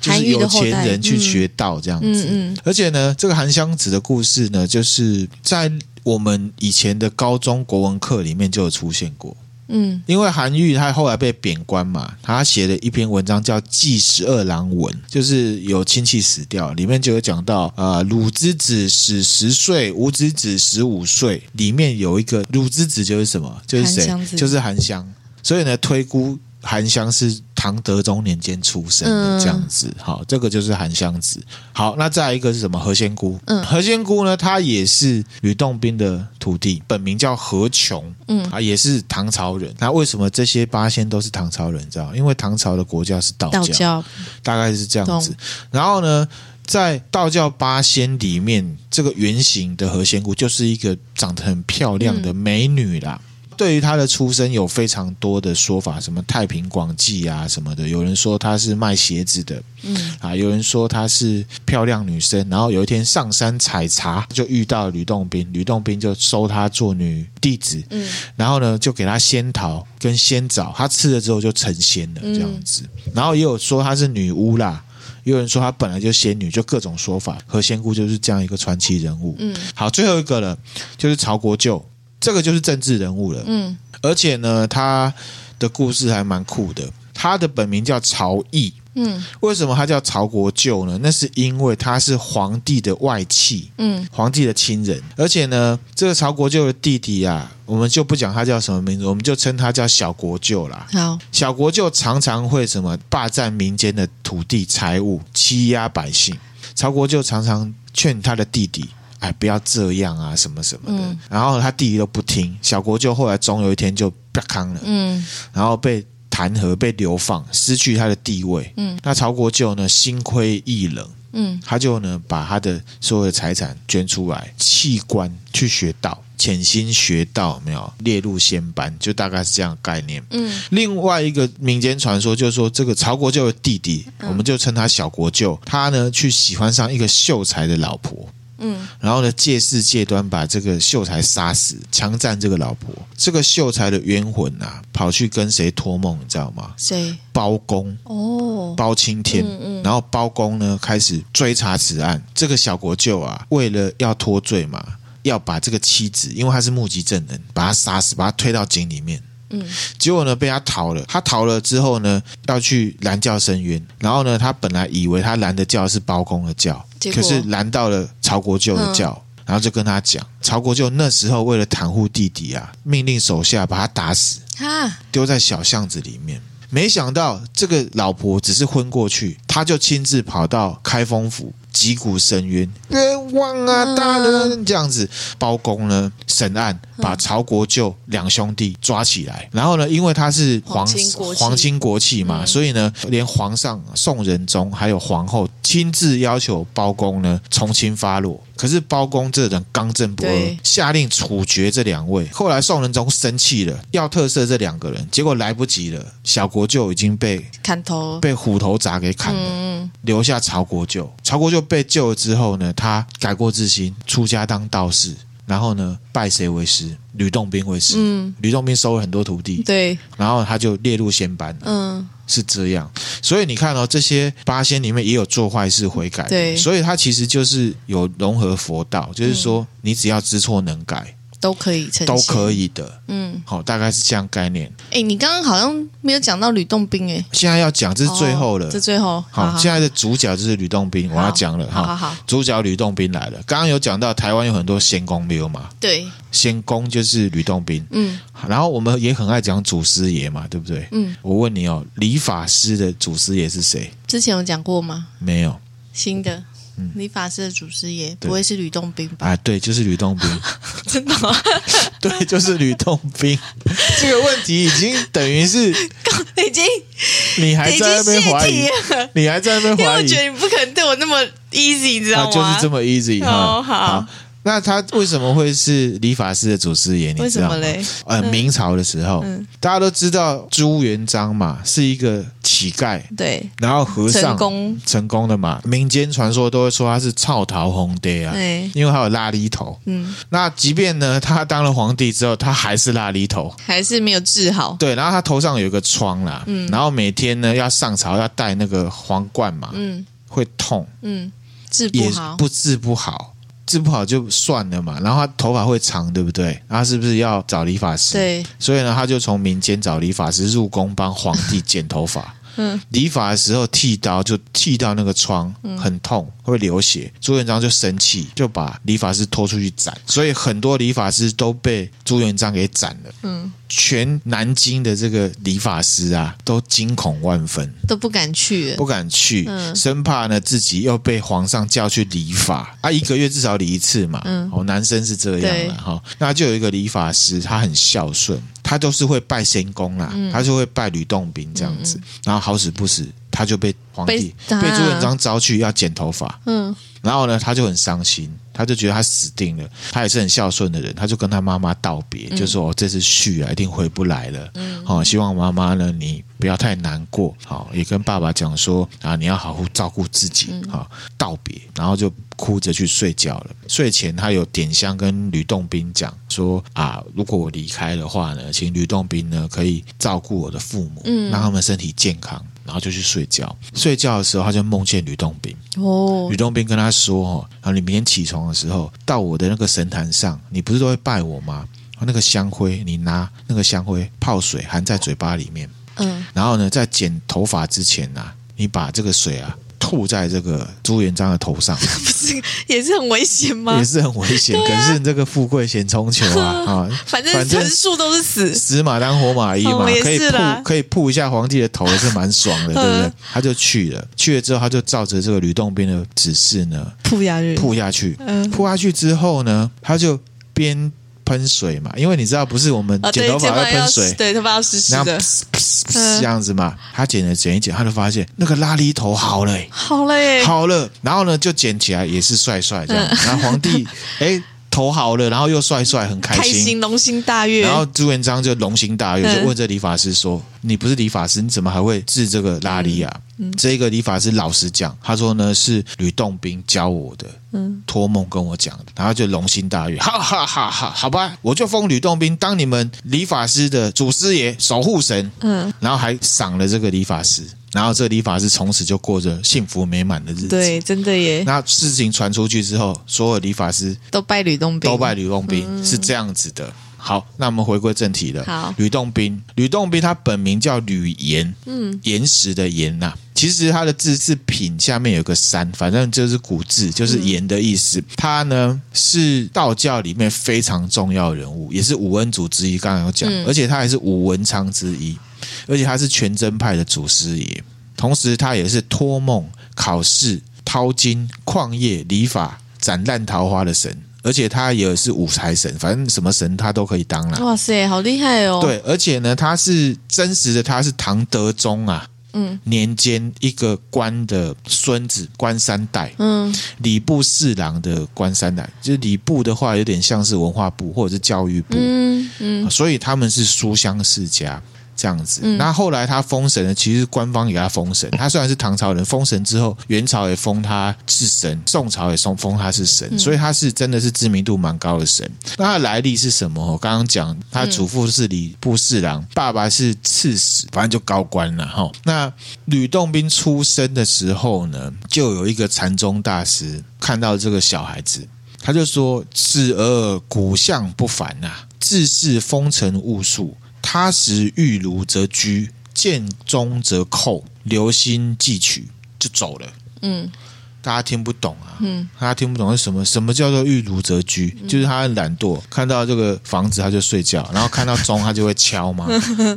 就是有钱人去韩愈的后代学道这样子。嗯嗯而且呢，这个韩湘子的故事呢，就是在我们以前的高中国文课里面就有出现过。嗯因为韩愈他后来被贬官嘛，他写了一篇文章叫《祭十二郎文》，就是有亲戚死掉，里面就有讲到，呃，鲁之子死十岁，伍之子十五岁，里面有一个鲁之子就是什么？就是韩谁湘？子就是韩湘。所以呢，推估韩湘是唐德宗年间出生的嗯这样子。好，这个就是韩湘子。好，那再来一个是什么？何仙姑。嗯何仙姑呢，她也是吕洞宾的徒弟，本名叫何琼。嗯啊，也是唐朝人。那为什么这些八仙都是唐朝人？你知道吗，因为唐朝的国教是道教，道教大概是这样子懂。然后呢，在道教八仙里嗯面，这个原型的何仙姑就是一个长得很漂亮的美女啦。对于他的出身有非常多的说法，什么太平广记啊什么的，有人说他是卖鞋子的，嗯啊，有人说她是漂亮女生，然后有一天上山采茶就遇到吕洞宾，吕洞宾就收她做女弟子，嗯，然后呢就给她仙桃跟仙枣，她吃了之后就成仙了这样子，然后也有说她是女巫啦。也有人说她本来就仙女，就各种说法。何仙姑就是这样一个传奇人物。嗯，好，最后一个了，就是曹国舅，这个就是政治人物了。嗯，而且呢，他的故事还蛮酷的。他的本名叫曹毅，嗯为什么他叫曹国舅呢？那是因为他是皇帝的外戚，嗯皇帝的亲人。而且呢，这个曹国舅的弟弟啊，我们就不讲他叫什么名字，我们就称他叫小国舅啦。好，小国舅常常会什么霸占民间的土地财物，欺压百姓。曹国舅常常劝他的弟弟，哎，不要这样啊，什么什么的。嗯然后他弟弟都不听，小国舅后来终有一天就不康了，嗯然后被弹劾、被流放，失去他的地位。嗯那曹国舅呢，心灰意冷，嗯他就呢把他的所有的财产捐出来，弃官去学道，潜心学道，有没有列入仙班，就大概是这样的概念。嗯另外一个民间传说就是说，这个曹国舅的弟弟，嗯我们就称他小国舅，他呢去喜欢上一个秀才的老婆，嗯然后呢借势借端把这个秀才杀死，强占这个老婆。这个秀才的冤魂啊，跑去跟谁托梦，你知道吗？谁？包公。哦，包青天，嗯嗯然后包公呢开始追查此案。这个小国舅啊，为了要脱罪嘛，要把这个妻子，因为他是目击证人，把他杀死，把他推到井里面。嗯结果呢，被他逃了。他逃了之后呢，要去拦轿申冤。然后呢，他本来以为他拦的轿是包公的轿，结可果嗯是拦到了曹国舅的轿。然后就跟他讲，曹国舅那时候为了袒护弟弟啊，命令手下把他打死，哈，丢在小巷子里面。没想到这个老婆只是昏过去，他就亲自跑到开封府击鼓申冤，冤枉啊嗯大人！这样子，包公呢审案，把嗯曹国舅两兄弟抓起来。然后呢，因为他是皇皇亲国戚皇亲国戚嘛，嗯所以呢，连皇上宋仁宗还有皇后亲自要求包公呢从轻发落。可是包公这人刚正不阿对，下令处决这两位。后来宋仁宗生气了，要特赦这两个人，结果来不及了，小国舅已经被砍头，被虎头铡给砍了。嗯留下曹国舅。曹国舅被救了之后呢，他改过自新，出家当道士，然后呢，拜谁为师？吕洞宾为师。嗯，吕洞宾收了很多徒弟，对，然后他就列入仙班，嗯是这样。所以你看哦，这些八仙里面也有做坏事悔改的，对所以他其实就是有融合佛道，就是嗯说你只要知错能改都可以成，都可。以的。嗯，好、大概是这样概念。哎，你刚刚好像没有讲到吕洞宾，哎，现在要讲，这是最后了。哦这最后，好，好现在的主角就是吕洞宾，我要讲了好哈。好好，主角吕洞宾来了。刚刚有讲到台湾有很多仙公庙嘛，对，仙公就是吕洞宾，嗯然后我们也很爱讲祖师爷嘛，对不对？嗯，我问你哦，理发师的祖师爷是谁？之前有讲过吗？没有新的。嗯理发师的祖师爷对不会是吕洞宾吧？啊，对，就是吕洞宾，真的吗？ 对，就是吕洞宾。这个问题已经等于是已经你还已在那经边泄怀疑题，了，你还在那边因为怀我疑觉，得你不可能对我那么 easy，你知道啊，吗？就是这么 easy 哈。哦好那他为什么会是理发师的祖师爷？你为知什道吗么？嘞？呃，明朝的时候，嗯大家都知道朱元璋嘛，是一个乞丐，对，然后和尚成功成功的嘛，民间传说都会说他是操桃红爹啊，对因为他有拉力头。嗯，那即便呢，他当了皇帝之后，他还是拉力头。还是没有治好。对，然后他头上有一个疮啦，嗯然后每天呢要上朝要戴那个皇冠嘛，嗯会痛，嗯，治不也好，不治不好，治不好就算了嘛。然后他头发会长，对不对？然后是不是要找理发师？对，所以呢，他就从民间找理发师入宫帮皇帝剪头发。 嗯，理发的时候剃刀就剃到那个疮，很痛，会流血。嗯朱元璋就生气，就把理发师拖出去斩，所以很多理发师都被朱元璋给斩了。嗯，全南京的这个理发师啊，都惊恐万分，都不敢去了不。敢去，嗯生怕呢自己又被皇上叫去理发啊，一个月至少理一次嘛。嗯哦，男生是这样对了哈、那就有一个理发师，他很孝嗯顺，他都是会拜仙公啦，他就会拜吕洞宾这样子。然后好死不死，他就被皇帝被啊被朱元璋招去要剪头发，嗯，然后呢，他就很伤心，他就觉得他死定了。他也是很孝顺的人，他就跟他妈妈道别，就说：“我、这次去啊，一定回不来了。好、希望妈妈呢，你不要太难过。好、也跟爸爸讲说啊，你要好好照顾自己。好、道别，然后就哭着去睡觉了。睡前他有点香跟吕洞宾讲说啊，如果我离开的话呢，请吕洞宾呢可以照顾我的父母，让他们身体健康。然后就去睡觉。睡觉的时候，他就梦见吕洞宾。哦吕，洞宾跟他说：“哦，然后你明天起床的时候，到我的那个神坛上，你不是都会拜我吗？那个香灰，你拿那个香灰泡水含在嘴巴里面， 嗯，然后呢，在剪头发之前啊，你把这个水啊吐在这个朱元璋的头 上，不是也是很危险吗也？是很危险。可啊是这个富贵险中求 啊啊！反正反正横竖都是死，死马当活马医嘛，哦也可以是啦扑可以扑一下皇帝的头是蛮爽的，对不对 嗯？他就去了，去了之后他就照着这个吕洞宾的指示呢，扑下去，扑下去，嗯扑下去之后呢，他就边喷水嘛，因为你知道不是我们哦，剪对，头发头发会要喷湿水，对，头发要湿湿然后的噗，噗噗噗嗯这样子嘛，他剪了剪一剪，他就发现那个拉力头好了、欸好嘞，好了，然后呢就捡起来也是帅帅这样，嗯然后皇帝哎头好了，然后又帅帅，很开心，龙心大悦，然后朱元璋就龙心大悦，嗯就问这理发师说：“你不是理发师，你怎么还会治这个拉力啊？”嗯这个理发师老实讲，他说呢是吕洞宾教我的，嗯托梦跟我讲的，然后就龙心大悦，哈哈哈哈，好吧，我就封吕洞宾当你们理发师的祖师爷、守护神，嗯，然后还赏了这个理发师，然后这个理发师从此就过着幸福美满的日子。对，真的耶，那事情传出去之后，所有理发师都拜吕洞宾，都拜吕洞宾、是这样子的。好，那我们回归正题了。好吕洞宾，吕洞宾他本名叫吕岩，嗯，岩石的岩呐、其实他的字是品下面有个山，反正就是古字，就是岩的意思。他呢是道教里面非常重要的人物，也是武恩族之一，刚刚有讲，而且他还是武文昌之一，而且他是全真派的祖师爷，同时他也是托梦、考试、淘金、矿业、理法、斩烂桃花的神，而且他也是五财神，反正什么神他都可以当啦。哇塞，好厉害哦！，对，而且呢，他是真实的，他是唐德宗啊，嗯年间一个官的孙子，官三代，嗯礼部侍郎的官三代，就是礼部的话，有点像是文化部或者是教育部，嗯嗯，所以他们是书香世家这样子。那后来他封神了，其实官方给他封神。他虽然是唐朝人，封神之后，元朝也封他是神，宋朝也封封他是神，所以他是真的是知名度蛮高的神。那他的来历是什么？我刚刚讲，他祖父是礼部侍郎，爸爸是刺史，反正就高官了哈。那吕洞宾出生的时候呢，就有一个禅宗大师看到这个小孩子，他就说：“是而骨相不凡呐、自是风尘物数，他时玉炉则居，见中则寇，留心汲取，就走了。”嗯，大家听不懂啊，嗯，大家听不懂是什么？什么叫做玉炉则居？就是他很懒惰，看到这个房子他就睡觉，然后看到钟他就会敲吗？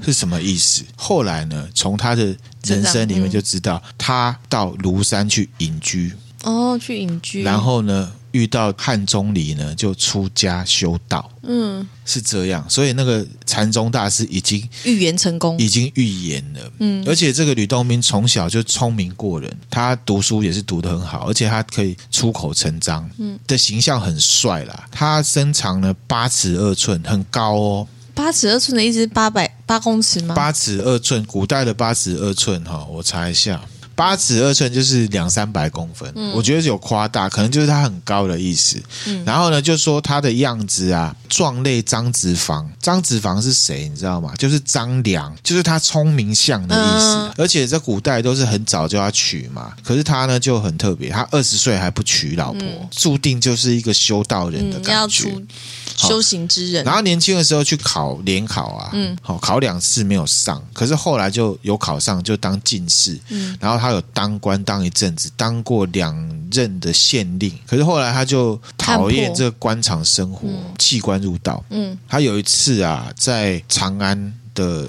是什么意思？后来呢，从他的人生里面就知道，他到庐山去隐居，哦，去隐居，然后呢，遇到汉钟离呢，就出家修道，嗯，是这样。所以那个禅宗大师已经预言成功，已经预言了，嗯，而且这个吕洞宾从小就聪明过人，他读书也是读得很好，而且他可以出口成章，嗯，的形象很帅啦。他身长呢八尺二寸，很高哦，八尺二寸的意思是八百八公尺吗？八尺二寸，古代的八尺二寸哈、我查一下。八尺二寸就是两三百公分，嗯我觉得有夸大，可能就是他很高的意思。然后呢，就说他的样子啊，壮类张子房。张子房是谁？你知道吗？就是张良，就是他聪明相的意思。嗯而且在古代都是很早就要娶嘛，可是他呢就很特别，他二十岁还不娶老婆，注定就是一个修道人的嗯，感要觉。出修行之人然，后年轻的时候去考联考啊，嗯，好考两次没有上，可是后来就有考上，就当进士，嗯，然后他有当官当一阵子，当过两任的县令，可是后来他就讨厌看破这个官场生活，弃官入道，嗯，他有一次啊，在长安的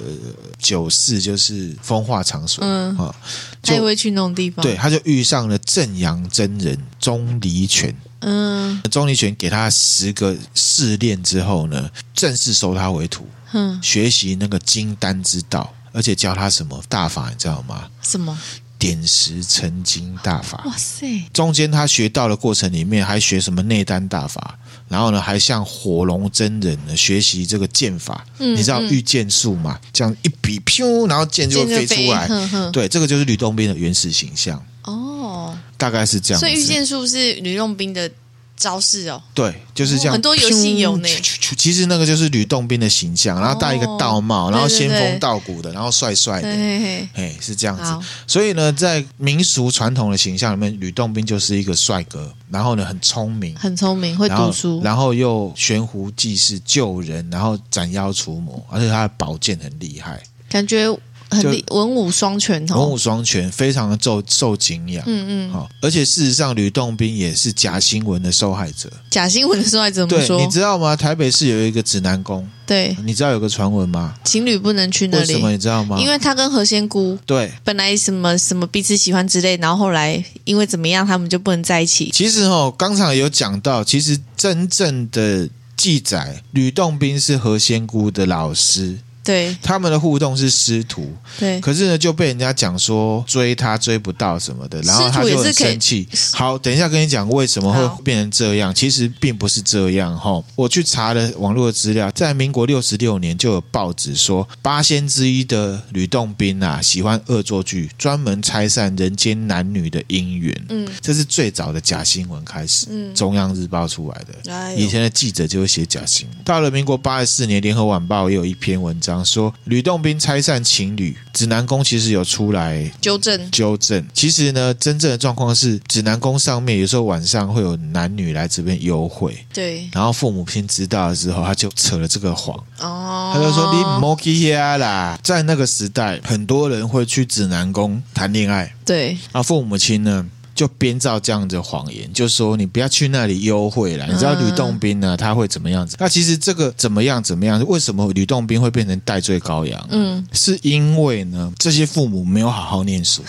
酒肆，就是风化场所，嗯啊，他也就会去那种地方，对，，他就遇上了正阳真人钟离权。嗯钟离权给他十个试炼之后呢，正式收他为徒，哼，学习那个金丹之道，而且教他什么大法，你知道吗？什么？点石成金大法。哇塞，中间他学到的过程里面，还学什么内丹大法，然后呢，还向火龙真人呢学习这个剑法。你知道御剑术嘛？这样一比，噗，然后剑就会剑就飞出来。哼哼对，这个就是吕洞宾的原始形象，哦，大概是这样子。所以御剑术是吕洞宾的招式哦。对，就是这样。哦很多游戏有呢咻咻咻咻其实那个就是吕洞宾的形象，然后戴一个道帽，哦然后对对仙对风道骨的，然后帅帅的。对，哎，是这样子好，所以呢，在民俗传统的形象里面，吕洞宾就是一个帅哥，然后呢很聪明，很聪明，会然后读书。然后又悬壶济世救人，然后斩妖除魔，而且他的宝剑很厉害，感觉很就厉文武双全文哦武。双全，非常的受受敬仰。嗯嗯，好、而且事实上，吕洞宾也是假新闻的受害者。假新闻的时候还怎么对，说你？知道吗？台北市有一个指南宫，对，你知道有个传闻吗？情侣不能去那为什里么，你知道吗？因为他跟何仙姑对，本来什么什么彼此喜欢之类，然后后来因为怎么样，他们就不能在一起。其实哦，刚才有讲到，其实真正的记载，吕洞宾是何仙姑的老师，对他们的互动是师徒。对，可是呢，就被人家讲说追他追不到什么的，然后他师徒也就是很生气。好，等一下跟你讲为什么好会变成这样，其实并不是这样哈。我去查了网络的资料，在民国六十六年就有报纸说，八仙之一的吕洞宾啊，喜欢恶作剧，专门拆散人间男女的姻缘。嗯这是最早的假新闻开始，嗯，中央日报出来的。哎以呦，前的记者就会写假新闻。到了民国八十四年，《联合晚报》也有一篇文章说，吕洞宾拆散情侣，指南宫其实有出来纠正纠正。其实呢，真正的状况是，指南宫上面有时候晚上会有男女来这边幽会，对然后父母亲知道了之后，他就扯了这个谎，哦，他就说：“你莫去遐啦！”在那个时代，很多人会去指南宫谈恋爱，对啊，父母亲呢就编造这样的谎言，就说你不要去那里幽会啦。你知道嗯吕洞宾呢，他会怎么样子？那其实这个怎么样怎么样？为什么吕洞宾会变成戴罪羔羊？嗯，是因为呢，这些父母没有好好念书。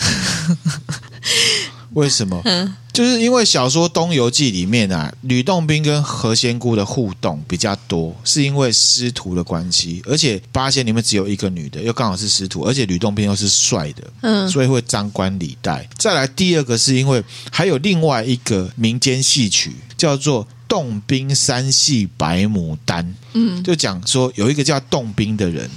为什么？就是因为小说《东游记》里面啊，吕洞宾跟何仙姑的互动比较多，是因为师徒的关系，而且八仙里面只有一个女的，又刚好是师徒，而且吕洞宾又是帅的，嗯所以会张冠李戴。再来第二个是因为还有另外一个民间戏曲叫做《洞宾三戏白牡丹》，嗯，就讲说有一个叫洞宾的人，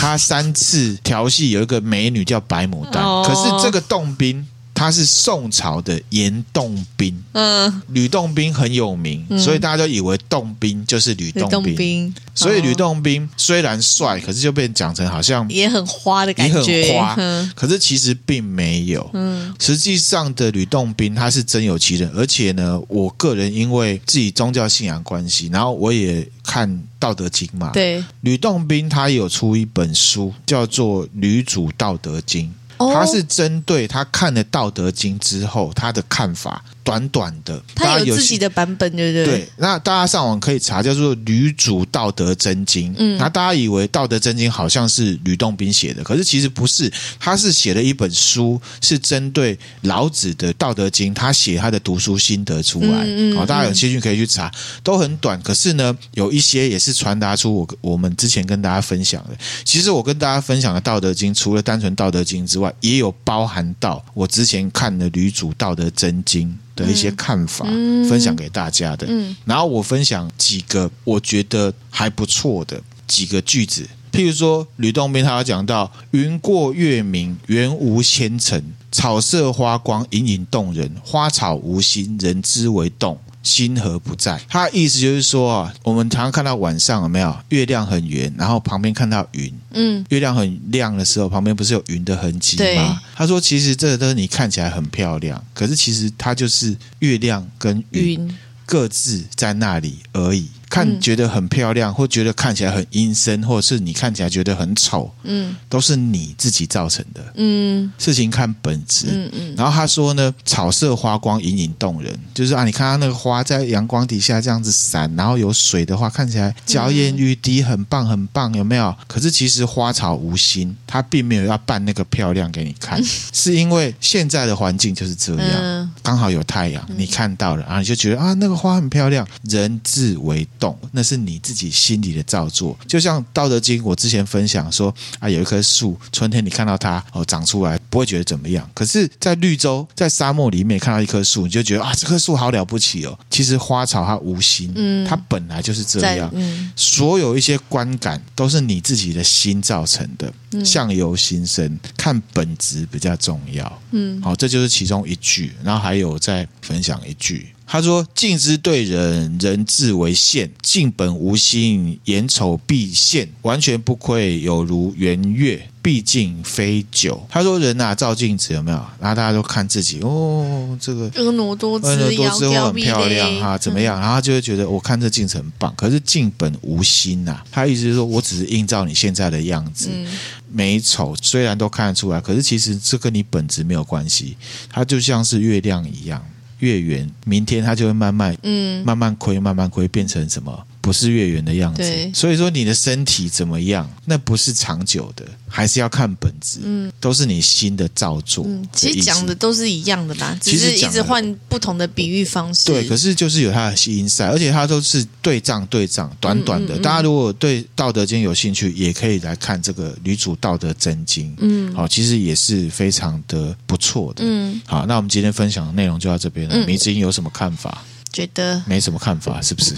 他三次调戏有一个美女叫白牡丹，哦可是这个洞宾。他是宋朝的严洞宾，嗯，吕洞宾很有名，所以大家都以为洞宾就是吕吕洞洞宾。宾，所以吕哦洞宾虽然帅，可是就被讲成好像也很花的你感很觉，花嗯，可是其实并没有。嗯实际上的吕洞宾他是真有其人，而且呢，我个人因为自己宗教信仰关系，然后我也看《道德经》嘛。，对，吕洞宾他有出一本书叫做《吕祖道德经》，哦他是针对他看了《道德经》之后他的看法，短短的，大他家有自兴己的版本，对不对？对，那大家上网可以查，叫做《吕祖道德真经》。嗯那大家以为《道德真经》好像是吕洞宾写的，可是其实不是，他是写了一本书，是针对老子的《道德经》，他写他的读书心得出来。嗯嗯好，大家有嗯兴趣可以去查，都很短，可是呢，有一些也是传达出我我们之前跟大家分享的。其实我跟大家分享的《道德经》，除了单纯《道德经》之外，也有包含到我之前看的《吕祖道德真经》的一些看法，嗯分享给大家的。嗯然后我分享几个我觉得还不错的几个句子，譬如说吕洞宾他有讲到“云过月明，圆无纤尘；草色花光，隐隐动人。花草无心，人之为动。”心何不在？他的意思就是说啊，我们常常看到晚上有没有月亮很圆，然后旁边看到云，嗯，月亮很亮的时候，旁边不是有云的痕迹对吗？他说，其实这都你看起来很漂亮，可是其实它就是月亮跟云云，各自在那里而已。看嗯觉得很漂亮，或觉得看起来很阴森，或者是你看起来觉得很丑，嗯都是你自己造成的。嗯事情看本质。嗯嗯，然后他说呢，草色花光，隐隐动人，就是啊，你看它那个花在阳光底下这样子闪，然后有水的话，看起来娇艳欲滴，很棒很棒，有没有？可是其实花草无心， 它并没有要扮那个漂亮给你看，是因为现在的环境就是这样。嗯刚好有太阳，你看到了，然后你就觉得啊，那个花很漂亮。人自为动，那是你自己心里的造作。就像《道德经》，我之前分享说啊，有一棵树，春天你看到它哦长出来，不会觉得怎么样。可是，在绿洲、在沙漠里面看到一棵树，你就觉得啊，这棵树好了不起哦。其实花草它无心，嗯它本来就是这在样。嗯所有一些观感都是你自己的心造成的，相由心生，看本质比较重要。嗯，好，这就是其中一句，然后还有再分享一句。他说：“敬之对人，人自为善；敬本无心，眼丑必现，完全不愧，有如圆月，毕竟非酒。”他说：“人啊，照镜子有没有？然后大家都看自己，哦，这个婀娜多姿，恩多姿会窈窕嗯很漂美亮嘞哈、怎么？ 样？然后他就会觉得我看这镜子很棒，可是镜本无心呐、他意思是说我只是映照你现在的样子，嗯美丑虽然都看得出来，可是其实这跟你本质没有关系，它就像是月亮一样，月圆，明天它就会慢慢嗯，慢慢亏，慢慢亏，变成什么？不是月圆的样子对。所以说你的身体怎么样，那不是长久的，还是要看本质，嗯，都是你心的造作的意思。嗯，其实讲的都是一样的啦，只其实是一讲直的换不同的比喻方式。对，可是就是有它的吸引赛，而且它都是对仗对仗，短短嗯的。大家如果对《道德经》有兴趣，也可以来看这个《吕祖道德真经》。嗯，好，其实也是非常的不错的。嗯，好，那我们今天分享的内容就到这边了。迷之音有什么看法？觉得没什么看法，是不 是？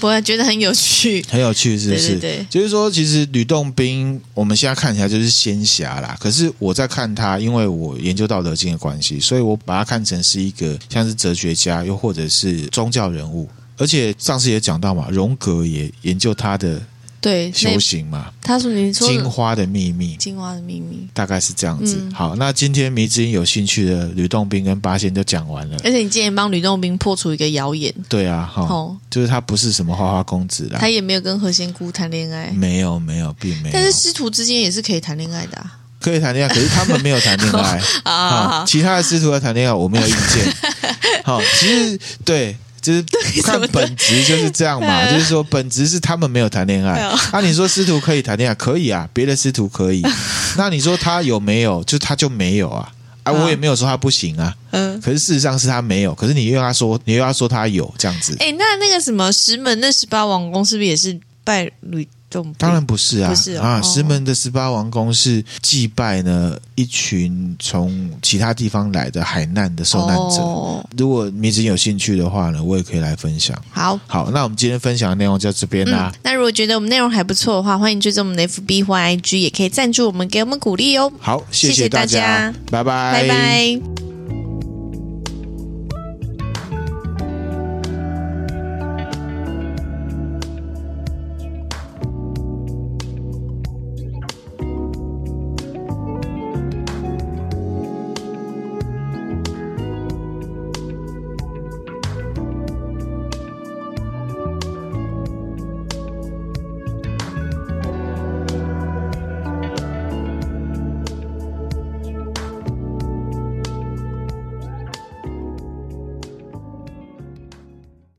不会觉得很有趣。很有 趣，是不是？对对对就是说，其实吕洞宾我们现在看起来就是仙侠啦，可是我在看他，因为我研究《道德经》的关系，所以我把他看成是一个像是哲学家，又或者是宗教人物。而且上次也讲到嘛，荣格也研究他的对，那修行嘛，他说你说金花的秘密。金花的秘密，大概是这样子。嗯好，那今天迷之音有兴趣的吕洞宾跟八仙就讲完了。而且你今天帮吕洞宾破除一个谣言，对啊，哈、哦就是他不是什么花花公子啦他，也没有跟何仙姑谈恋爱，没有没有，并没有。但是师徒之间也是可以谈恋爱 的啊。可以谈恋爱，可是他们没有谈恋 爱啊啊。其他的师徒在谈恋爱，我没有意见。 好，其实对。就是看本质就是这样嘛，就是说本质是他们没有谈恋爱哎呦。那你说师徒可以谈恋爱，可以啊，别的师徒可以。 那你说他有没有？就他就没有啊，啊，我也没有说他不行啊。嗯，可是事实上是他没有，可是你又要他说，你又要说他有这样子，哎，那那个什么石门那十八王公是不是也是拜吕洞宾？当然不是啊，不是哦啊，哦石门的十八王公是祭拜呢一群从其他地方来的海难的受难者。哦如果迷之音有兴趣的话呢，我也可以来分享。好，好，那我们今天分享的内容就到这边啦、嗯，那如果觉得我们内容还不错的话，欢迎追踪我们的 FB 或 IG，也可以赞助我们，给我们鼓励哦。好，谢谢谢大大家拜拜，拜拜